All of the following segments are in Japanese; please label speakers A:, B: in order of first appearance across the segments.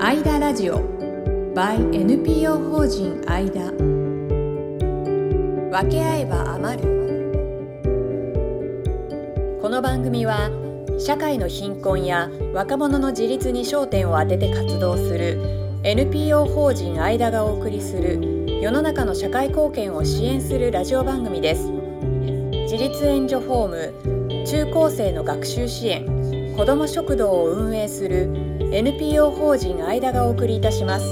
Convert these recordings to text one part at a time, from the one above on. A: アイダラジオ by NPO 法人アイダ分け合えば余るこの番組は社会の貧困や若者の自立に焦点を当てて活動する NPO 法人アイダがお送りする世の中の社会貢献を支援するラジオ番組です自立援助ホーム中高生の学習支援子ども食堂を運営する NPO 法人アイダがお送りいたします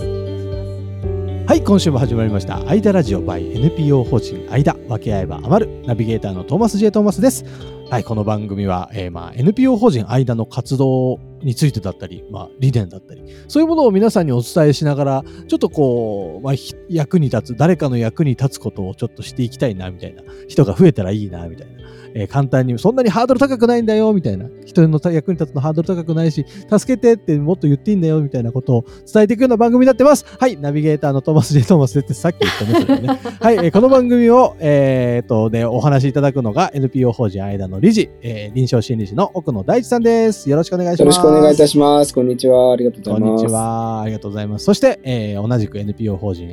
B: はい今週も始まりました「アイダラジオ by NPO 法人アイダ分け合えば余る」ナビゲーターのトーマス J トーマスですはいこの番組は、えーまあ、NPO 法人アイダの活動についてだったり、まあ、理念だったりそういうものを皆さんにお伝えしながらちょっとこう、まあ、ひ役に立つ誰かの役に立つことをちょっとしていきたいなみたいな人が増えたらいいなみたいな、えー簡単にそんなにハードル高くないんだよみたいな人のた役に立つのハードル高くないし助けてってもっと言っていいんだよみたいなことを伝えていくような番組になってます。 はい、ナビゲーターのトーマス・ジェイ・トーマスってさっき言ったね。それねはい、えーこの番組を、えーっとね、お話しいただくのが NPO 法人間の理事、えー臨床心理士の奥野大地さんです。よろしくお願いし
C: よ
B: ま
C: ろ
B: す。
C: しくお願いいたします。こんにちは。ありがとうござ
B: こ
C: い
B: ん
C: ます。
B: にちは。ありがとうございます。そして、えー同じく NPO 法人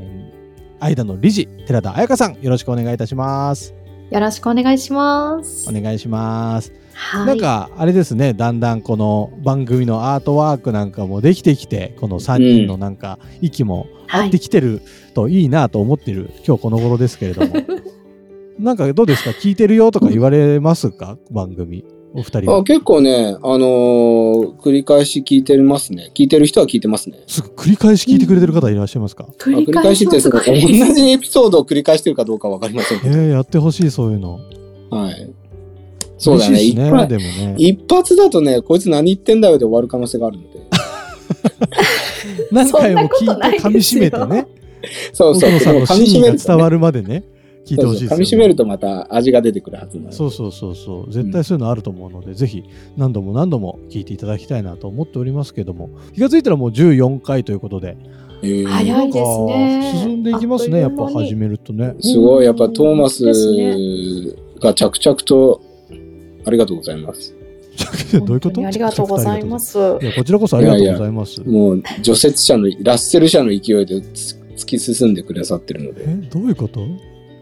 B: 間の理事、寺田彩香さん、よろしくお願いいたします。
D: よろしくお願いします。
B: お願いします。
D: はい。
B: なんかあれですねだんだんこの番組のアートワークなんかもできてきてこの3人のなんか息も合ってきてるといいなと思ってる、今日この頃ですけれどもなんかどうですか聞いてるよとか言われますか番組お二人
C: あ
B: は
C: 結構ね、あのー繰り返し聞いてますね。聞いてる人は聞いてますね。
B: す繰り返し聞いてくれてる方いらっしゃいますか、
C: あ
D: 繰り返し
C: っ
D: も
C: て
D: すご
C: その
D: い
C: 同
D: です。
C: じエピソードを繰り返してるかどうかわかりませ んけ
B: えーやってほしいそういうの
C: ど。はい。そうだね。
B: 嬉しいですね
C: 一発
B: でもね
C: 一発だとね、こいつ何言ってんだよで終わる可能性があ るので。
B: 何回も
D: そんなことな
B: 聞
D: い
B: いて
D: です
B: 噛
D: よ
B: み締めてね
C: そう
B: 奥
C: そう。
B: 野
C: で
B: さんの
C: も噛み
B: 真意
C: 締め
B: が
C: る
B: 伝
C: と、ね
B: わるまでね聞いて
C: そう
B: ほしい
C: そう
B: ですよね
C: 噛み締めるとまた味が出てくるはずなので。
B: そうそうそうそう絶対そういうのあると思うので、ぜひ何度も何度も聞いていただきたいなと思っておりますけども気がついたらもう14回ということで
C: えー
D: 早いです
B: なん
D: ね。
B: か進んでいきますねやっぱ始
D: め。
B: めるとね
C: すごい、やっぱトーマス
D: ですね
C: が着々と、ありがとうございます。
B: どういうこ
D: 本当に
B: と
D: ありがとうございま
B: ち
D: す。
B: ょっと二人ありがとうございますいやこちらこそありがとうございます
C: もう除雪車のラッセル車の勢いでつ突き進んでくださってる ので
B: えどういうこと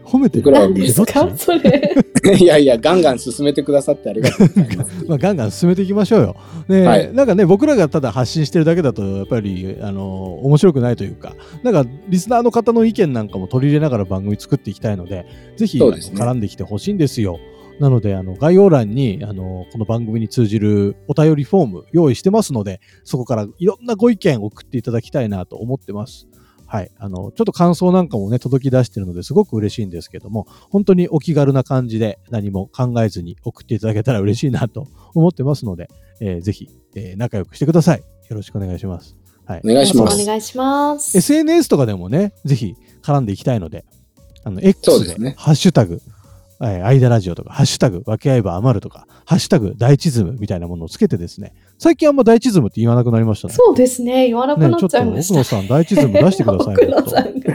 B: 褒めて
C: 僕らは
B: る
C: も
D: 何
C: う
D: ですかそれ。
C: いやいやガンガン進めてくださってありがとうございます
B: まあ、ガンガン進めていきましょうよ。ね
C: はい
B: なんかね僕らがただ発信してるだけだとやっぱりあの面白くないというかなんかリスナーの方の意見なんかも取り入れながら番組作っていきたいのでぜひ、あ
C: そ
B: の
C: うですね
B: 絡んできてほしいんですよ。なのであの概要欄にあのこの番組に通じるお便りフォーム用意してますのでそこからいろんなご意見を送っていただきたいなと思ってます。はい、あのちょっと感想なんかもね届き出してるのですごく嬉しいんですけども本当にお気軽な感じで何も考えずに送っていただけたら嬉しいなと思ってますので、えーぜひ、えー仲良くしてください。よろしくお願いします。はい、
C: お願いし
D: お
C: ます
D: 願いします。
B: SNS とかでもね、ぜひ絡んでいきたいので、あの X
C: そうです
B: で
C: ね
B: ハッシュタグ、えー、間ラジオとか、ハッシュタグ、分け合えば余るとか、ハッシュタグ、大地ズムみたいなものをつけてですね、最近あんま大地ズムって言わなくなりましたね。
D: そうですね。言わなく
B: ね
D: な
B: ちょっ
D: っちゃ
B: と
D: い
B: 奥
D: まし
B: 野
D: た。
B: さん、大地ズム出してください
D: 奥
B: ね。
D: 野さんが。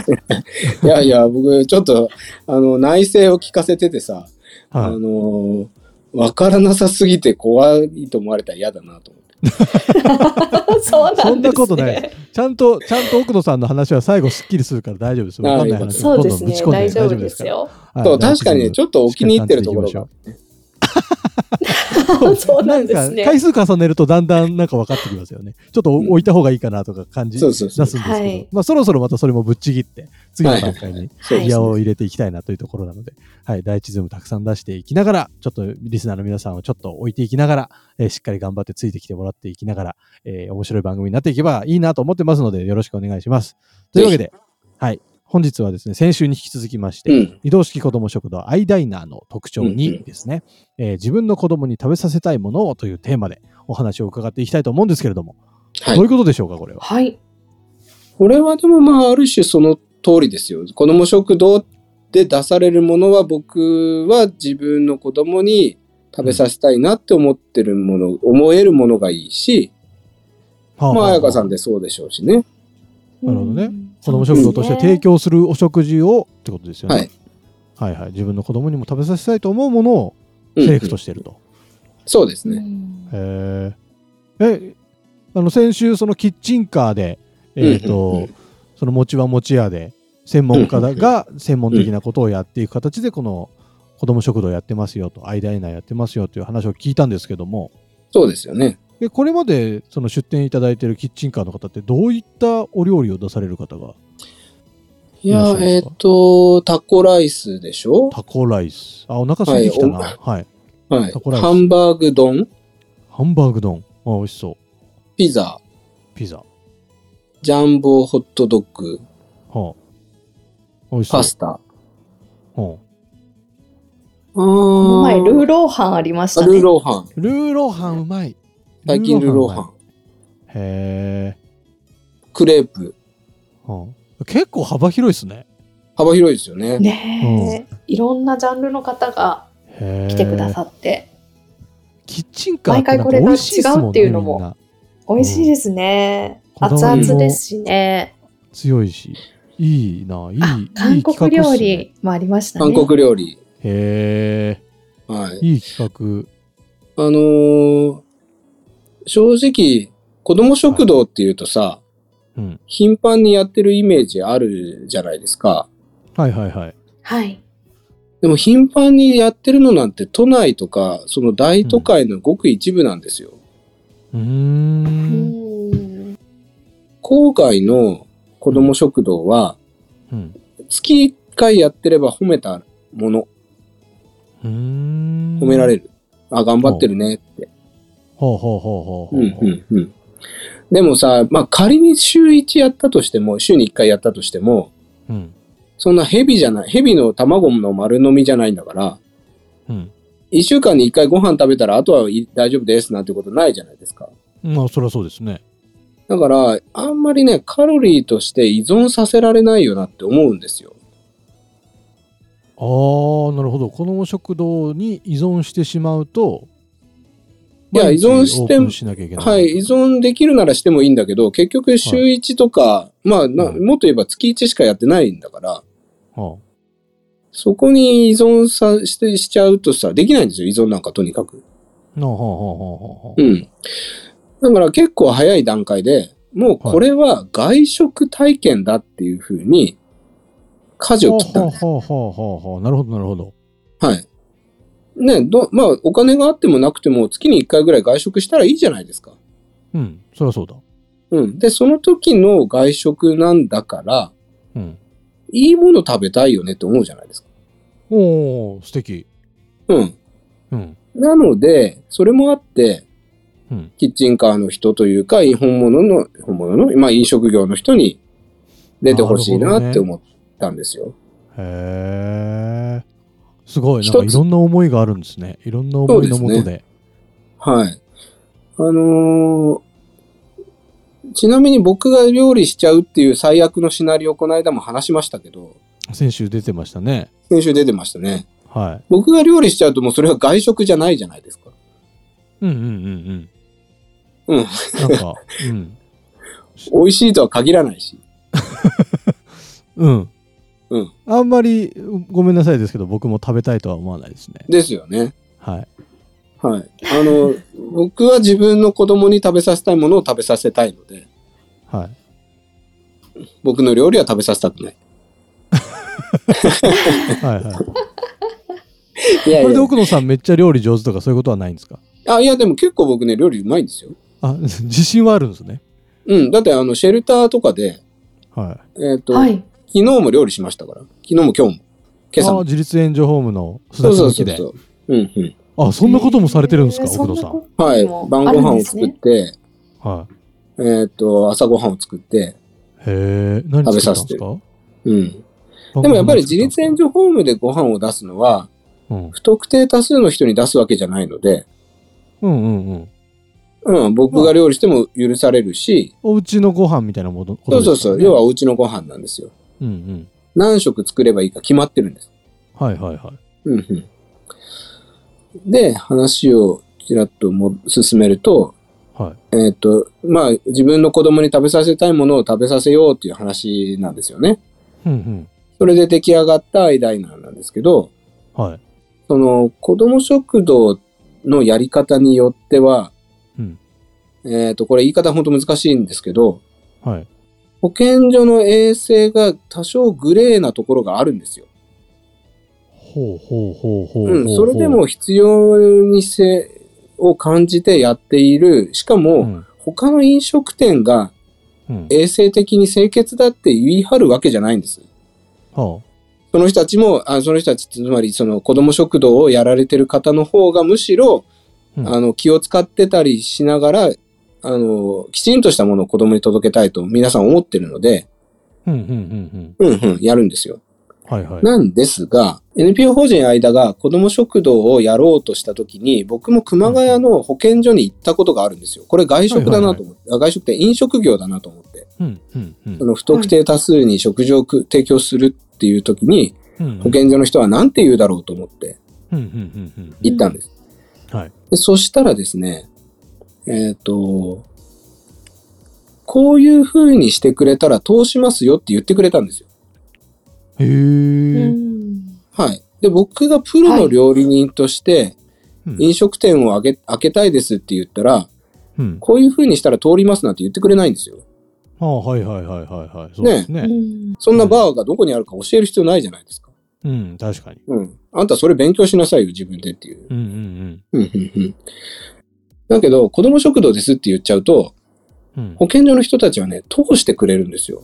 C: いやいや僕ちょっとあの内政を聞かせててさ、あ
B: は
C: のーわからなさすぎて怖いと思われたら嫌だなと思って。
D: そうなんですね。
B: そんなことないい、ちゃんと、ちゃんと奥野さんの話は最後すっきりするから大丈夫です。わかんない
C: あよかった
B: 話、
D: そ
B: どん
D: うで
B: どん
D: す
B: ぶ
D: ね。
B: ち込んで
D: 大
B: 大
D: 丈
B: 丈
D: 夫
B: 夫で
D: ですす
B: から。
D: よ。
B: はい
C: そう確かにねちょっとお気に入ってるところ
B: しっ
C: が
B: か。
D: そうなんです
B: なん
D: ね
B: か。回数重ねるとだんだんなんか分かってきます よね。ちょっと
C: うん
B: 置いた方がいいかなとか感じ
C: そ
B: 出
C: う
B: すん
C: そう
B: です
C: そう
B: けど、
D: はい
B: まあそろそろまたそれもぶっちぎって、次の段階に
C: そうですね
B: ギアを入れていきたいなというところなので、はい、第一ズームたくさん出していきながら、ちょっとリスナーの皆さんをちょっと置いていきながら、えーしっかり頑張ってついてきてもらっていきながら、えー面白い番組になっていけばいいなと思ってますので、よろしくお願いします。というわけで、はい、本日はですね、先週に引き続きまして、
C: うん
B: 移動式子ども食堂アイダイナーの特徴
C: うんう
B: に
C: ん
B: ですね、えー自分の子供に食べさせたいものをというテーマでお話を伺っていきたいと思うんですけれども、
C: はい
B: どういうことでしょうかこれは。
D: はい。
C: これはでもまあある種その通りですよ。子ども食堂で出されるものは僕は自分の子供に食べさせたいなって思ってるもの、思えるものがいいし、まあ彩香さ
B: ん。
C: んでそうでしょうしね。
B: なるほどね
D: うん
B: 子供食堂として提。供するお食事をってことですよね。
C: はい
B: はいはい自分の子供にも食べさせたいと思うものを
C: うん
B: セレクトしてると。
C: そうです
D: う
C: ね。
D: ん
B: へーえあの先週そのキッチンカーで、えっ、と、その餅は餅屋で、専門家だが専門的なことをやっていく形で、この子ども食堂やってますよと、アイダイナーやってますよという話を聞いたんですけども、
C: そうですよね。
B: でこれまでその出店いただいているキッチンカーの方って、どういったお料理を出される方が、
C: い
B: いら
C: や
B: っしゃい、ますか
C: えっ、と、タコライスでしょ
B: タコライス、あ、お腹空いてきたな、はい、
C: はい
B: タコライ。ス
C: ハンバーグ丼、
B: ハンバーグ丼、あ美味しそう、
C: ピザ、
B: ピザ、
C: ジャンボホットドッグ、
B: はあ、美味しそう
C: パ、スタ。
B: は
C: こ
D: この
C: の
D: 前、ルーローハンありました
C: あル
D: ね
C: ー。ローハン。
B: あ、ルーローハンうまい、
C: 最近ルーローハ
B: うま
C: ン。
B: いへ
C: クレープ。
B: ー、はあ、結構幅広いですね。
C: 幅広いですよね。
D: ねえ、いろんなジャンルの方が
B: 来
D: 来てくださって、
B: キッチンカーってなんか美味しいですもんね
D: 毎回これが違うっていうのも
B: みんな
D: 美味しいですね。
B: うん
D: 熱々ですしね。
B: 強いしいいないい
D: あ
B: いい、
D: 韓国
B: 企画っ
D: 料
B: すね
D: 理もありましたね。
C: 韓国料理。
B: へ
C: はい
B: え。いい企
C: あのー正直、子供食堂っていうとさ、
B: 画うん
C: 頻繁にやってるイメージあるじゃないですか。
B: はいはいはい
D: はい。
C: でも頻繁にやってるのなんて都内とか、その大都会のごく一部なんですよ。
B: うー
D: うんん。
C: 郊外の子供食堂は、
B: うん
C: 月1回やってれば褒めたもの、
B: うーん
C: 褒められる。あ、頑張ってるねって。
B: ほうほうほうほうほ
C: うん
B: ほ
C: うんうん。でもさ、まあ仮に週1やったとしても、週に1回やったとしても、
B: うん
C: そんなヘビじゃない、ヘビの卵の丸飲みじゃないんだから、
B: うん
C: 1週間に1回ご飯食べたら、あとはい大丈夫ですなんてことないじゃないですか。
B: まあそりゃそうですね
C: だから、あんまりね、カロリーとして依存させられないよなって思うんですよ。
B: あーなるほど子ども食堂に依存してしまうと
C: いや
B: 毎日
C: 依存して
B: オープンしなきゃいけない
C: はい、依存できるならしてもいいんだけど、結局週1とか、まあな、
B: うん
C: もっと言えば月1しかやってないんだから、
B: はあ
C: そこに依存さしてしちゃうとさ、できないんですよ、依存なんかとにかく。
B: なあはあはあはあはあ
C: うん。だから結構早い段階で、もうこれは外食体験だっていうふうに、舵を切ったんです。
B: ほうほうほうほうほうなるほどなるほど
C: はい。ねど、まあ、お金があってもなくても、月に1回ぐらい外食したらいいじゃないですか。
B: うんそりゃそうだ
C: うん。で、その時の外食なんだから、
B: うん
C: いいもの食べたいよねって思うじゃないですか。
B: おお素敵
C: うん。
B: うん
C: なので、それもあって、
B: うん
C: キッチンカーの人というか、本物の、本物の、まあ、飲食業の人に出てほしいなって思ったんですよ。
B: へえすごいなん
C: 一
B: かい
C: つ
B: ろんな思いがあるんですねいろんな思いのもと
C: そ
B: で
C: うではい。あのーちなみに僕が料理しちゃうっていう最悪のシナリオ、この間も話しましたけど、
B: 先週出てましたね
C: 先週出てましたね。
B: は
C: 僕が料理しちゃうともうそれは外食じゃないじゃないですか。
B: いうんうんうん
C: うん。
B: うんなんかうん
C: 美味しいとは限らないし。
B: うん
C: うん
B: あんまりごめんなさいですけど僕も食べたいとは思わないですね
C: ですよね。
B: はい
C: はい。あの、僕は自分の子供に食べさせたいものを食べさせたいので、
B: はい
C: 僕の料理は食べさせたくない。
B: はいはいこ
C: いや
B: れで奥野さんめっちゃ料理上手とかそういうことはないんですか
C: あ、いや、でも結構僕ね、料理うまいんですよ。
B: あ自信はあるんですね
C: うん。だって、あの、シェルターとかで、
B: はい
C: えっ、と、
D: はい。
C: 昨日も料理しましたから。昨日も今日も。今朝
B: あ
C: も。
B: 自立援助ホームの巣
C: そう
B: 立ちの木
C: そうそう
B: で
C: そう。うんうん。
B: あそんなこともされてるんですか
D: えーそ
B: 奥野
D: んな
B: さん
D: こと
C: はい
D: も。
C: 晩
D: あ
C: ご
D: るん
C: 飯を
D: です
C: 作っ
D: ね
C: て、
B: は
C: えっ、と、朝ご飯を作って、
B: いへえ何作ったんです
C: 食べ
B: か
C: うん。でもやっぱり自立援
B: 助
C: 助ホームでご飯を出すの
B: うん
C: は、不特定多数の人に出すわけじゃないので、
B: うんうんうん
C: うん、僕が料理しても許されるし、
B: お家のご飯みたいなものこと
C: そう
B: です
C: そ
B: よ
C: う
B: ね
C: そう、要はお家のご飯なんですよ。
B: うんうん
C: 何食作ればいいか決まってるんです。
B: はいはいはい
C: うんうん、で、話をちらっとも進めると、
B: はい
C: えっ、と、まあ、自分の子供に食べさせたいものを食べさせようっていう話なんですよね。
B: うんうん
C: それで出来上がったアイダイナーなんですけど、
B: はい
C: その、子供食堂のやり方によっては、
B: うん
C: えっ、と、これ言い方ほんと難しいんですけど、
B: はい
C: 保健所の衛生が多少グレーなところがあるんですよ。
B: ほうほうほうほうほう。
C: うん、それでも必要にせを感じてやっている。しか
B: う
C: も、
B: ん、
C: 他の飲食店が
B: うん、
C: 衛生的に清潔だって言い張るわけじゃないんです。
B: は
C: その人たちも、あその人たち、つまりその子供食堂をやられてる方の方がむしろ、
B: うん
C: あの気を使ってたりしながら、あの、きちんとしたものを子供に届けたいと皆さん思ってるので、
B: あ。うんうんうん
C: うんうん、やるんですよ。
B: うん。はいはい。
C: なんですが、NPO 法人間が子供食堂をやろうとした時に、僕も熊谷の保健所に行ったことがあるんですよ。これ外食だなと思って、あ外食って飲食業だなと思って、
B: うんうんうん
C: そ。の不特定多数に食事をく提供するっていう時に、
B: うん
C: 保健所の人は何て言うだろうと思って、
B: うんうんうんうん
C: 行ったんです。
B: うんはい
C: でそしたらですね、えっ、と、こういう風にしてくれたら通しますよって言ってくれたんですよ。
B: へ
D: う
B: え。
D: ん
C: はい。で、僕がプロの料理人として
B: うん
C: 飲食店を開け開けたいですって言ったら、
B: うん。
C: こういう風にしたら通りますなんて言ってくれないんですよ。
B: ああ、はいはいはいはいはい。そうです
D: う
B: ね。
D: ん
C: そんなバーがどこにあるか教える必要ないじゃないですか。
B: うん、確かに。
C: うん。あんたそれ勉強しなさいよ、自分でっていう。
B: うんうん
C: うんうんうん。だけど、子供食堂ですって言っちゃうと、
B: うん。うん。
C: 保健所の人たちはね、通してくれるんですよ。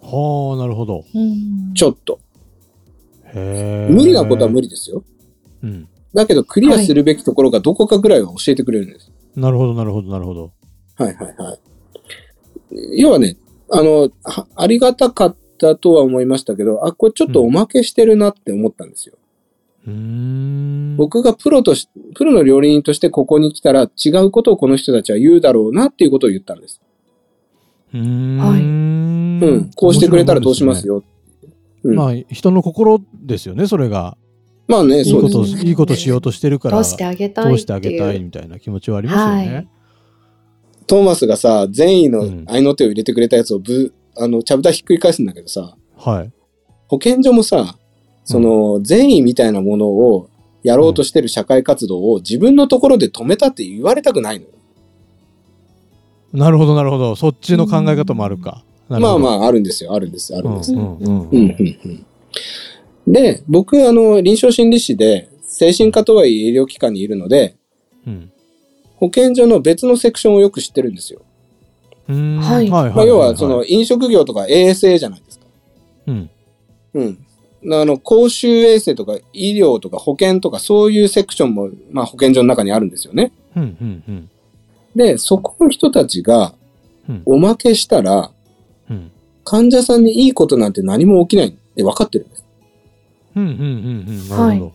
B: はあ、なるほど。
D: うん
C: ちょっと。
B: へえ。
C: 無理なことは無理ですよ。
B: 理。うん。
C: だけど、クリアするべきところがどこかぐらいは教えてくれるんです。
B: なるほどなるほどなるほど。
C: はいはいはい。要はね、あの、はありがたかったとは思いましたけど、あ、これちょっとおまけしてるなって思ったんですよ。
B: うーん。
C: 僕がプロとし、プロの料理人としてここに来たら違うことをこの人たちは言うだろうなっていうことを言ったんです。
B: うーん。
D: はい
C: うん。こうしてくれたらどうします
B: よ。
C: よ。うん、まあ、
B: まあ、人の心ですよね、それが。
C: ね、
B: いい
C: そう
B: こ
C: です。
B: と、
D: そうです
B: いいことしようとしてるから、
D: 通してあげたい
B: 通
D: っ
B: して
D: て
B: あげたい
D: いう。
B: みたいな気持ちはありますよね。
C: トーマスがさ、善意
B: う
C: の
B: ん
C: 愛の手を入れてくれたやつをぶ、あの、ちゃぶ台ひっくり返すんだけどさ、
B: はい。
C: 保健所もさその善意みたいなものをやろうとしてる社会活動を自分のところで止めたって言われたくないのよ。
B: なるほど、なるほど。そっちの考え方もあるか。なる
C: まあ
B: ほど
C: まああるんですよあるんですあるんです。
B: うんうん
C: う
B: うん。
C: うんんうん、で僕あの臨床心理士で精神科とはいえ医療機関にいるので
B: うん。
C: 保健所の別のセクションをよく知ってるんですよ。
B: うん
D: はい
B: はい
C: まあ、要はその、飲食業とか衛生じゃないですか。
B: うん。
C: うん、あの公衆衛生とか医療とか保健とかそういうセクションも、まあ、保健所の中にあるんですよね。
B: うんうんうん
C: で、そこの人たちが
B: うん
C: おまけしたら、
B: うん
C: 患者さんにいいことなんて何も起きないって分かってるんです。
B: うんうんうんうんなるほ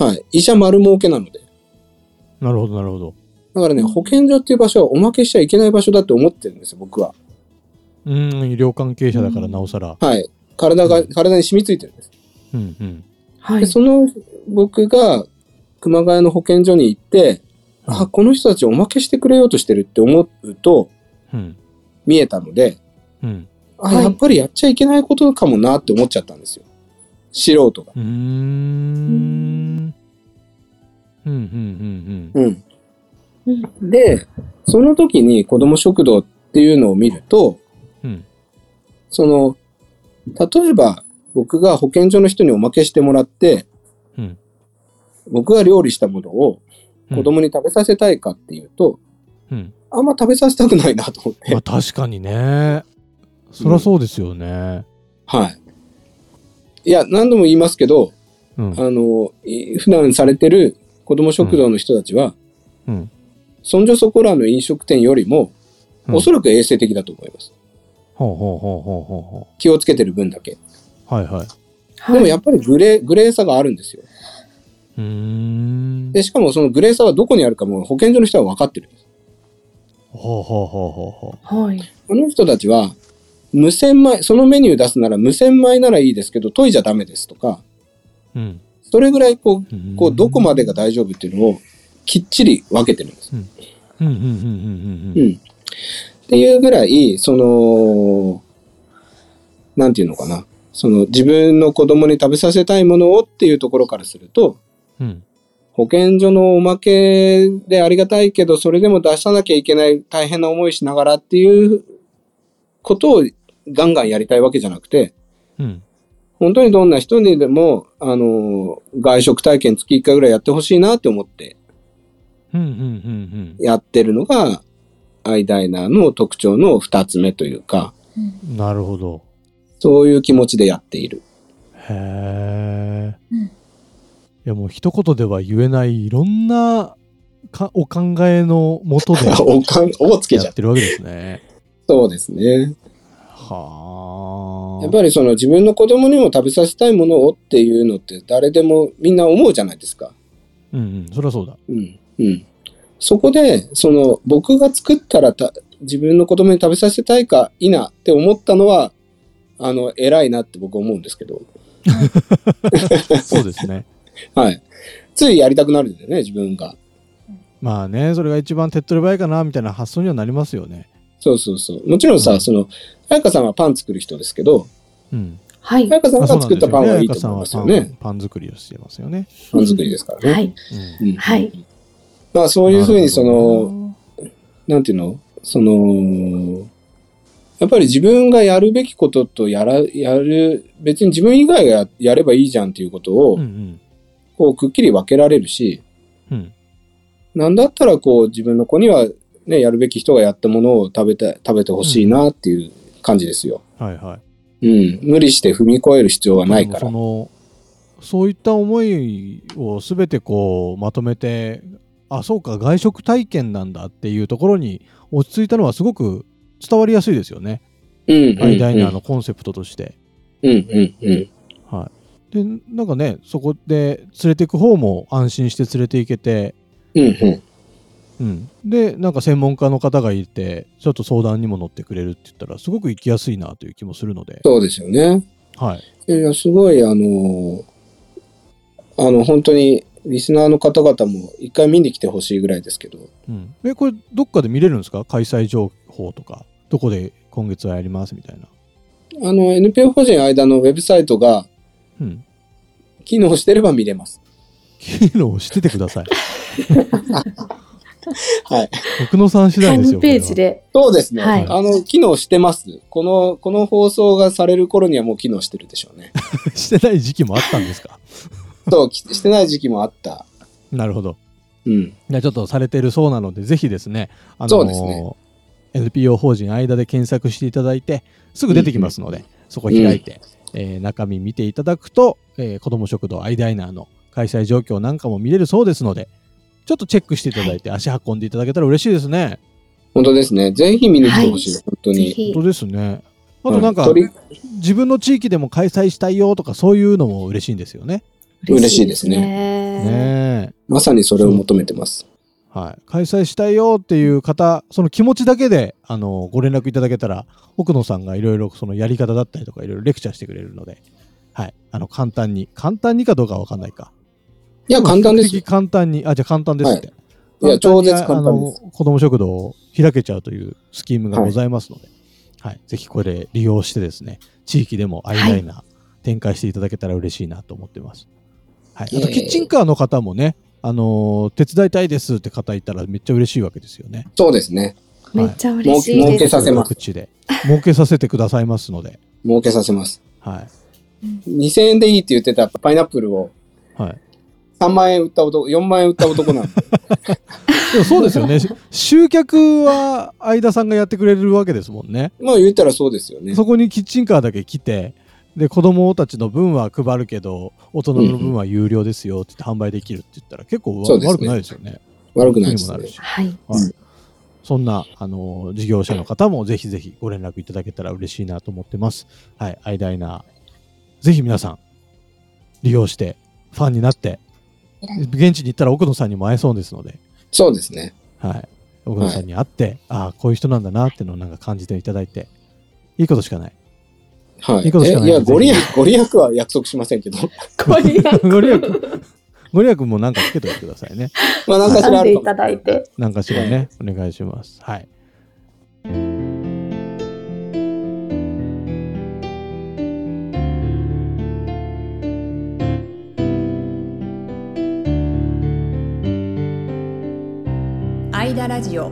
B: ど
C: はい。医者丸儲けなので。
B: なるほどなるほど
C: だからね、保健所っていう場所はおまけしちゃいけない場所だって思ってるんですよ、僕は。
B: うん医療関係者だからなおさら
C: はい。体
B: う
C: が、
B: ん
C: 体に染みついてるんです。
B: うんうん
D: は
C: で、
D: い。
C: その僕が熊谷の保健所に行って、あ、この人たちおまけしてくれようとしてるって思うと
B: うん
C: 見えたので、
B: うん
C: あ、
D: はい
C: やっぱりやっちゃいけないことかもなって思っちゃったんですよ。素人が。
B: うーんうんうんうん
C: うん。
D: うん
C: で、その時に子供食堂っていうのを見ると、
B: うん
C: その、例えば僕が保健所の人におまけしてもらって、
B: うん
C: 僕が料理したものを
B: うん
C: 子供に食べさせたいかっていうと、
B: うん
C: あんま食べさせたくないなと思って。
B: まあ確かにねそりゃそうですよね
C: はい。いや、何度も言いますけど、
B: うん
C: あの、い普段されてる子供食堂の人たちは、
B: うん
C: そんじょそこらの飲食店よりも、
B: うん
C: おそらく衛生的だと思います。
B: ほうほうほうほうほうほ
C: 気をつけてる分だけ。
B: うはいはい
C: でもや
D: っ
C: っぱりグレー、グレーさがあるんですよ。
B: うーん
C: で、しかもそのグレーさはどこにあるかも保健所の人は分かってるんです。
B: ほうほうほうほうほ
D: ぱ。はい。
C: あの人たちは、無洗米、そのメニュー出すなら無洗米ならいいですけど、研いじゃダメですとか、
B: ううん
C: それぐらいこう、
B: ん
C: こうどこまでが大丈夫っていうのをきっちり分けてるんです。
B: うんうんうんうん
C: うん。っていうぐらい、その、なんていうのかな。その自分の子供に食べさせたいものをっていうところからすると、
B: うんうん
C: 保健所のおまけでありがたいけど、それでも出さなきゃいけない大変な思いしながらっていうことをガンガンやりたいわけじゃなくて、
B: うん。
C: 本当にどんな人にでも、あの、外食体験月1回ぐらいやってほしいなって思って
B: うん。うん。うん。
C: やってるのが、アイダイナーの特徴の2つ目というか、
B: うん。なるほど。
C: そういう気持ちでやっている。
B: へえ。
A: うん
B: いや、もう一言では言えない、いろんなかお考えのもとで
C: おかん、おをつけち
B: や
C: ゃ
B: っ
C: う。
B: てるわけですね。
C: そうですね。
B: はあ。
C: やっぱりその自分の子供にも食べさせたいものをっていうのって誰でもみんな思うじゃないですか。
B: うんうん、そりゃそうだ。
C: うん。うん。そこで、その僕が作ったらた自分の子供に食べさせたいか否って思ったのは、あの、偉いなって僕思うんですけど。
B: そうですね。
C: はい。ついやりたくなるんだよね、自分が。
B: まあね、それが一番手っ取り早いかな、みたいな発想にはなりますよね。
C: そうそうそう。もちろんさ、
B: うん
C: その、彩香さんはパン作る人ですけど、
B: うん。
D: はい。
C: 彩香さん
B: まあ
C: が
B: そうなん
C: 作
B: で
C: っ
B: す
C: たパ
B: よ
C: ン
B: ね。
C: はい
B: 彩
C: い
B: 香
C: と
B: さん
C: 思いま
B: は
C: す
B: パ
C: よ
B: ン,、
C: ね。
B: パン作りをしてますよね。
C: パン作りですからね。
D: はい。
B: うん
C: うん
D: はい。
C: まあそういうふうにそ
B: なる
C: の、なんていうのその、やっぱり自分がやるべきこととやら、やる、別に自分以外がややればいいじゃんっていうことを、
B: うんうん。
C: こう、くっきり分けられるし、
B: うん。
C: なんだったらこう、自分の子には、ね、やるべき人がやったものを食べた、食べてほしいなっていう感じですよ。
B: はいはい。
C: うん。無理して踏み越える必要はないか
B: でも
C: ら。
B: その、そういった思いをすべてこう、まとめて、あ、そうか、外食体験なんだっていうところに落ち着いたのはすごく伝わりやすいですよね。
C: うん。
B: アイダイナーのコンセプトとして。
C: うんうんうん。
B: はい。で、なんかね、そこで連れてく方も安心して連れて行けて、
C: うんうん。
B: うん、でなんか専門家の方がいてちょっと相談にも乗ってくれるって言ったらすごく行きやすいなという気もするので、
C: そうですよね。
B: はい、
C: いや、すごい、あのあの、本当に、リスナーの方々も一回見に来てほしいぐらいですけど、
B: うん、えこれどっかで見れるんですか開催情報とかどこで今月はやりますみたいな、
C: あの、NPO 法人間のウェブサイトが
B: うん、
C: 機能してれば見れます。
B: 機能しててください
C: はい。
B: 奥野さん次
D: ホ
B: 第
D: ー
B: です
D: ム
B: よ
D: ページ
B: これは
D: で。
C: そうですね。
D: はい
C: あの、機能してます。この、この放送がされる頃にはもう機能してるでしょ うね。
B: してない時期もあったんですか
C: そう、きしてない時期もあった。
B: なるほど
C: うん。
B: じゃあちょっとされてるそうなのでぜひですねあのー
C: そうですね
B: NPO 法人間で検索していただいてすぐ出てきますので、そこ開いて、えー中身見ていただくと、えー子ども食堂アイダイナーの開催状況なんかも見れるそうですのでちょっとチェックしていただいて、足運んでいただけたら嬉しいですね。
C: 本当ですね。ぜひ見に来てほしい。
D: はい
C: 本当
D: ぜ
C: に。
D: ひ
B: 本。当ですね。あとなんか、
C: う鳥
B: 自分の地域でも開催したいよとかそういうのも嬉しいんですよね。
C: 嬉しいですね
D: ね。
B: ねえ
C: まさにそれを求めてます。
B: はい、開催したいよっていう方その気持ちだけであのご連絡いただけたら奥野さんがいろいろそのやり方だったりとかいろいろレクチャーしてくれるので、はい、あの簡単に簡単にかどうかは分かんないか
C: いや、 簡単で
B: 比
C: す
B: 較
C: よ
B: 的。簡単にあじゃあ簡単ですって、
C: いや、超絶
B: あ
C: 簡単で
B: の
C: す。
B: 子ども食堂を開けちゃうというスキームがございますので、はいぜひこれ利用してですね地域でもアイライナー展開していただけたら嬉しいなと思ってます、はい、あと
C: ええ
B: キッチンカーの方もね、あの手伝いたいですって方いたらめっちゃ嬉しいわけですよね
C: そうですね。
D: めっちゃ嬉しい
C: 儲
D: で
C: け
D: す。
C: させます
B: 各地で儲けさせてくださいますので、
C: 儲けさせます。
B: はい
C: 2000円でいいって言ってたパイナップルを
B: はい、
C: 3万円売った男、4万円売った男なんで。
B: でもそうですよねし集客は相田さんがやってくれるわけですもんね
C: まあ言ったらそうですよね。
B: そこにキッチンカーだけ来てで子供たちの分は配るけど大人の分は有料ですよって言って販売できるって言ったら結構わ
C: そうです
B: 悪
C: ね
B: くないですよね
C: 悪くないです
B: 気にもな
C: ね
B: る。し、
D: はい。
B: はい
C: うん
B: そんなあの事業者の方もぜひぜひご連絡いただけたら嬉しいなと思ってますはいアイダイナーぜひ皆さん利用してファンになって現地に行ったら奥野さんにも会えそうですので、
C: そうですね。
B: はい、奥野さんに会って、ああこういう人なんだなっていうのをなんか感じていただいていいことしかない
C: はい。
B: いいことしかない
C: えいや、ご利
B: ぜ
C: 益、ご利益は約束しませんけど。
D: これやっ
B: ご利益、ご利益もなんかつけておいてくださいね。
C: まあ、何かしらあ
D: てい
C: るかも
D: ただいて。
B: なんかしらね、お願いします。はい。
A: アイダラジオ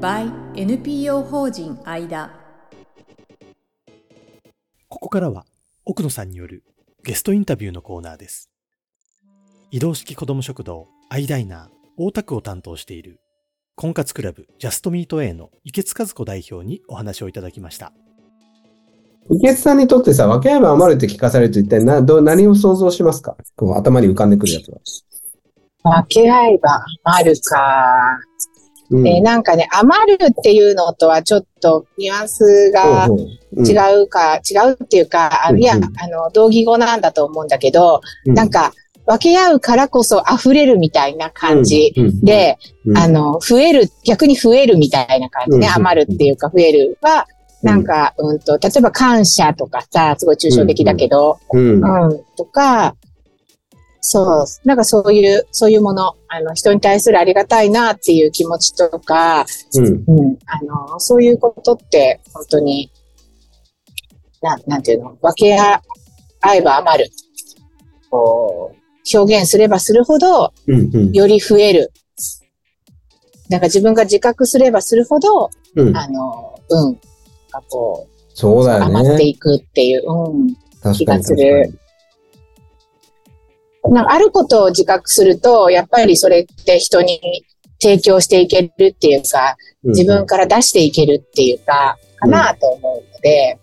A: by NPO 法人アイダ
E: からは奥野さんによるゲストインタビューのコーナーです。移動式子ども食堂アイダイナー大田区を担当している婚活クラブジャストミート A の池津和子代表にお話をいただきました。
F: 池津さんにとってさ、分け合えば余るって聞かされると一体などう何を想像しますかこう頭に浮かんでくるやつは。
G: 分け合えば余るか。
F: うん
G: えーなんかね、余るっていうのとはちょっとニュアンスが
F: ほうほううん
G: 違うか、違うっていうか、あ
F: うん
G: いや、
F: うん
G: あの、同義語なんだと思うんだけど、
F: うん
G: なんか、分け合うからこそ溢れるみたいな感じ。
F: うんうん
G: で、
F: うん
G: あの、増える、逆に増えるみたいな感じね、
F: うん
G: 余るっていうか増えるは、なんか、うんと、例えば感謝とかさ、すごい抽象的だけど、
F: うん
G: うん、とか、そう、なんかそういう、そういうもの、あの、人に対するありがたいなっていう気持ちとか、
F: うん
G: うん、あの、そういうことって、本当に、ななんていうの、分け合えば余る。こう、表現すればするほど、
F: うんうん
G: より増える。なんか自分が自覚すればするほど、
F: うん
G: あの、うん、なんかこう、
F: そうだよ
G: 余って
F: ね。
G: いくっていう、うん。
F: 確
G: 気
F: かに
G: がす
F: 確
G: る
F: かに。
G: なんかあることを自覚すると、やっぱりそれって人に提供していけるっていうか、
F: うん
G: 自分から出していけるっていうか、かなと思うので、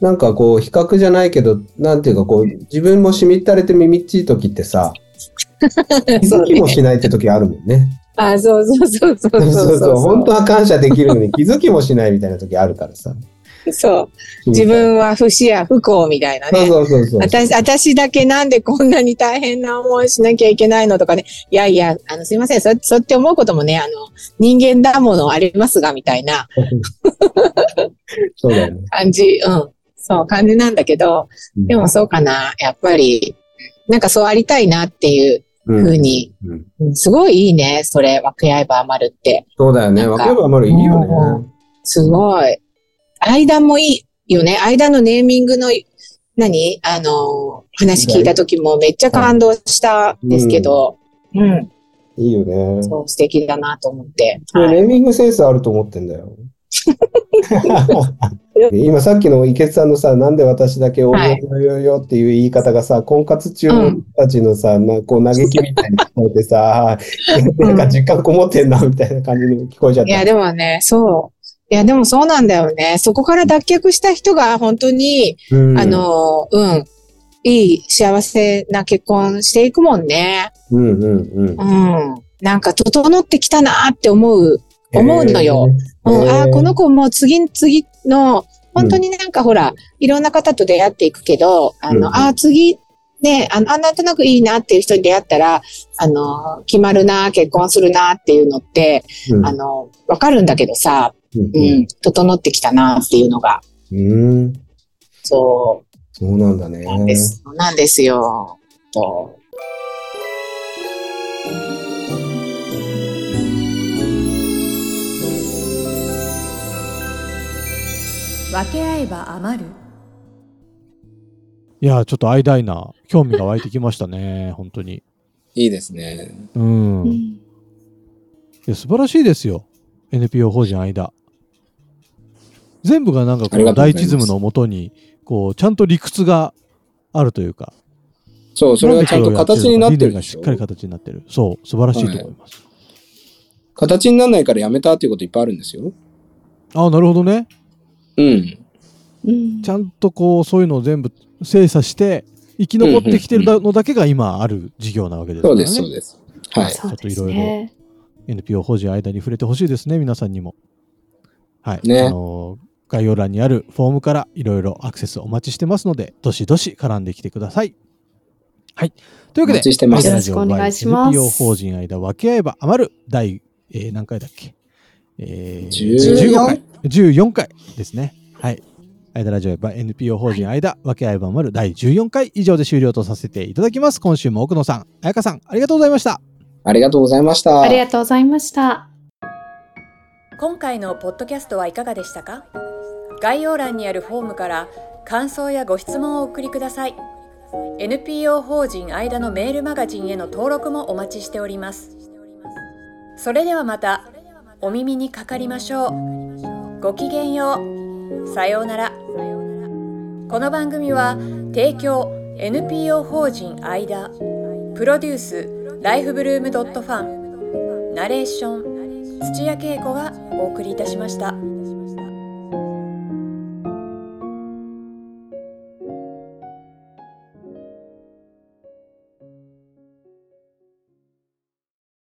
F: なんかこう、比較じゃないけど、なんていうかこう、自分もしみったれてみみっちい時ってさ、気づきもしないって時あるもんね。
G: あ、そうそうそう
F: そう
G: そうそ
F: そうう
G: そ
F: そうう。。本当は感謝できるのに気づきもしないみたいな時あるからさ。
G: そう。自分は不死や不幸みたいなね。
F: そうそうそうそう。
G: 私、私だけなんでこんなに大変な思いしなきゃいけないのとかね。いやいや、あの、すいません。そそうって思うこともね、あの、人間だものありますが、みたいな。
F: そうだよね。
G: 感じ、うん。そう、感じなんだけど、
F: うん
G: でもそうかな、やっぱり、なんかそうありたいなっていう
F: う
G: ふうんに、
F: うん
G: うんすごいいいね、それ、分け合えば余るって。
F: そうだよね。
G: なん
F: 分
G: か
F: ければ余るいいよね。
G: すごい。間もいいよね。間のネーミングの、何あの、話聞いた時もめっちゃ感動したんですけど、うん、
F: いいよね。
G: そう素敵だなと思って。
F: これ
G: はい
F: ネーミングセンスあると思ってんだ よ。今さっきの池津さんのさ、なんで私だけ応援よよよっていう言い方がさ、婚活中の人たちのさ、なこう嘆きみたいに聞こえてさ、 なんか実感こもってんなみたいな感じに聞こえちゃっ
G: いや、
F: た。
G: でもね、そう。いや、でもそうなんだよね。そこから脱却した人が本当に、
F: うん
G: あ、の、うん。いい幸せな結婚していくもんね。
F: うんうんうん
G: う。ん。なんか整ってきたなって思う。思うのよ。
F: へ
G: う
F: ー。
G: ん、ああ、こ
F: の
G: の子もう次、次の、本当になんかほら、いろんな方と出会っていくけど、あ
F: うん
G: の、ああ、次、ね、あの、あなんとなくいいなっていう人に出会ったら、あの、決まるな、結婚するなっていうのって、あの、わかるんだけどさ、う、
F: うん
G: 整ってきたなっていうのが、
F: ん。うん。
G: そ
F: そうなんだね
G: う、。なんです、なんですよ。と
A: 分け合えば余る
B: いやーちょっとアイダイナー興味が湧いてきましたね本当に
C: いいですね。
B: うん、
D: う
B: い
D: ん
B: や素晴らしいですよ NPO 法人アイダ全部がなんかこ
C: あり
B: の
C: がとうご
B: 第
C: ざいます
B: 一ズムのもとにこうちゃんと理屈があるというか
C: そう、それがちゃんと形になってる
B: が
C: で
B: し
C: し
B: っ
C: ょ
B: かり形になってるそう素晴らしいと思います、
C: 形にならないからやめたっていうこといっぱいあるんですよ。
B: ああなるほどね
C: うん。
D: うん
B: ちゃんとこうそういうのを全部精査して生き残ってきてるだのだけが今ある事業なわけですか
C: そ
B: ら
C: う
B: ね
C: です、そうです。はい。
D: そうで
B: ちょ
D: す
B: っといろい
D: ね。
B: NPO 法人間に触れてほしいですね、皆さんにも。はい。
C: ね
B: あのー概要欄にあるフォームからいろいろアクセスお待ちしてますので、どしどし絡んできてください。はい。というわけ
C: お
B: で、
C: 待ちしてます
D: よろしくお願いします
B: NPO 法人間分け合えば余る第、えー何回だっけえー
C: 14
B: 15回。14回ですね。はい。間ラジオや NPO 法人間、分け合えば余る第14回以上で終了とさせていただきます。今週も奥野さん、彩香さん、ありがとうございました。
C: ありがとうございました。
D: ありがとうございました。
A: 今回のポッドキャストはいかがでしたか概要欄にあるフォームから感想やご質問をお送りください NPO 法人間のメールマガジンへの登録もお待ちしておりますそれではまたお耳にかかりましょうごきげんようさようならこの番組は提供 NPO 法人アイダプロデュースライフブルームドットファンナレーション土屋恵子がお送りいたしました。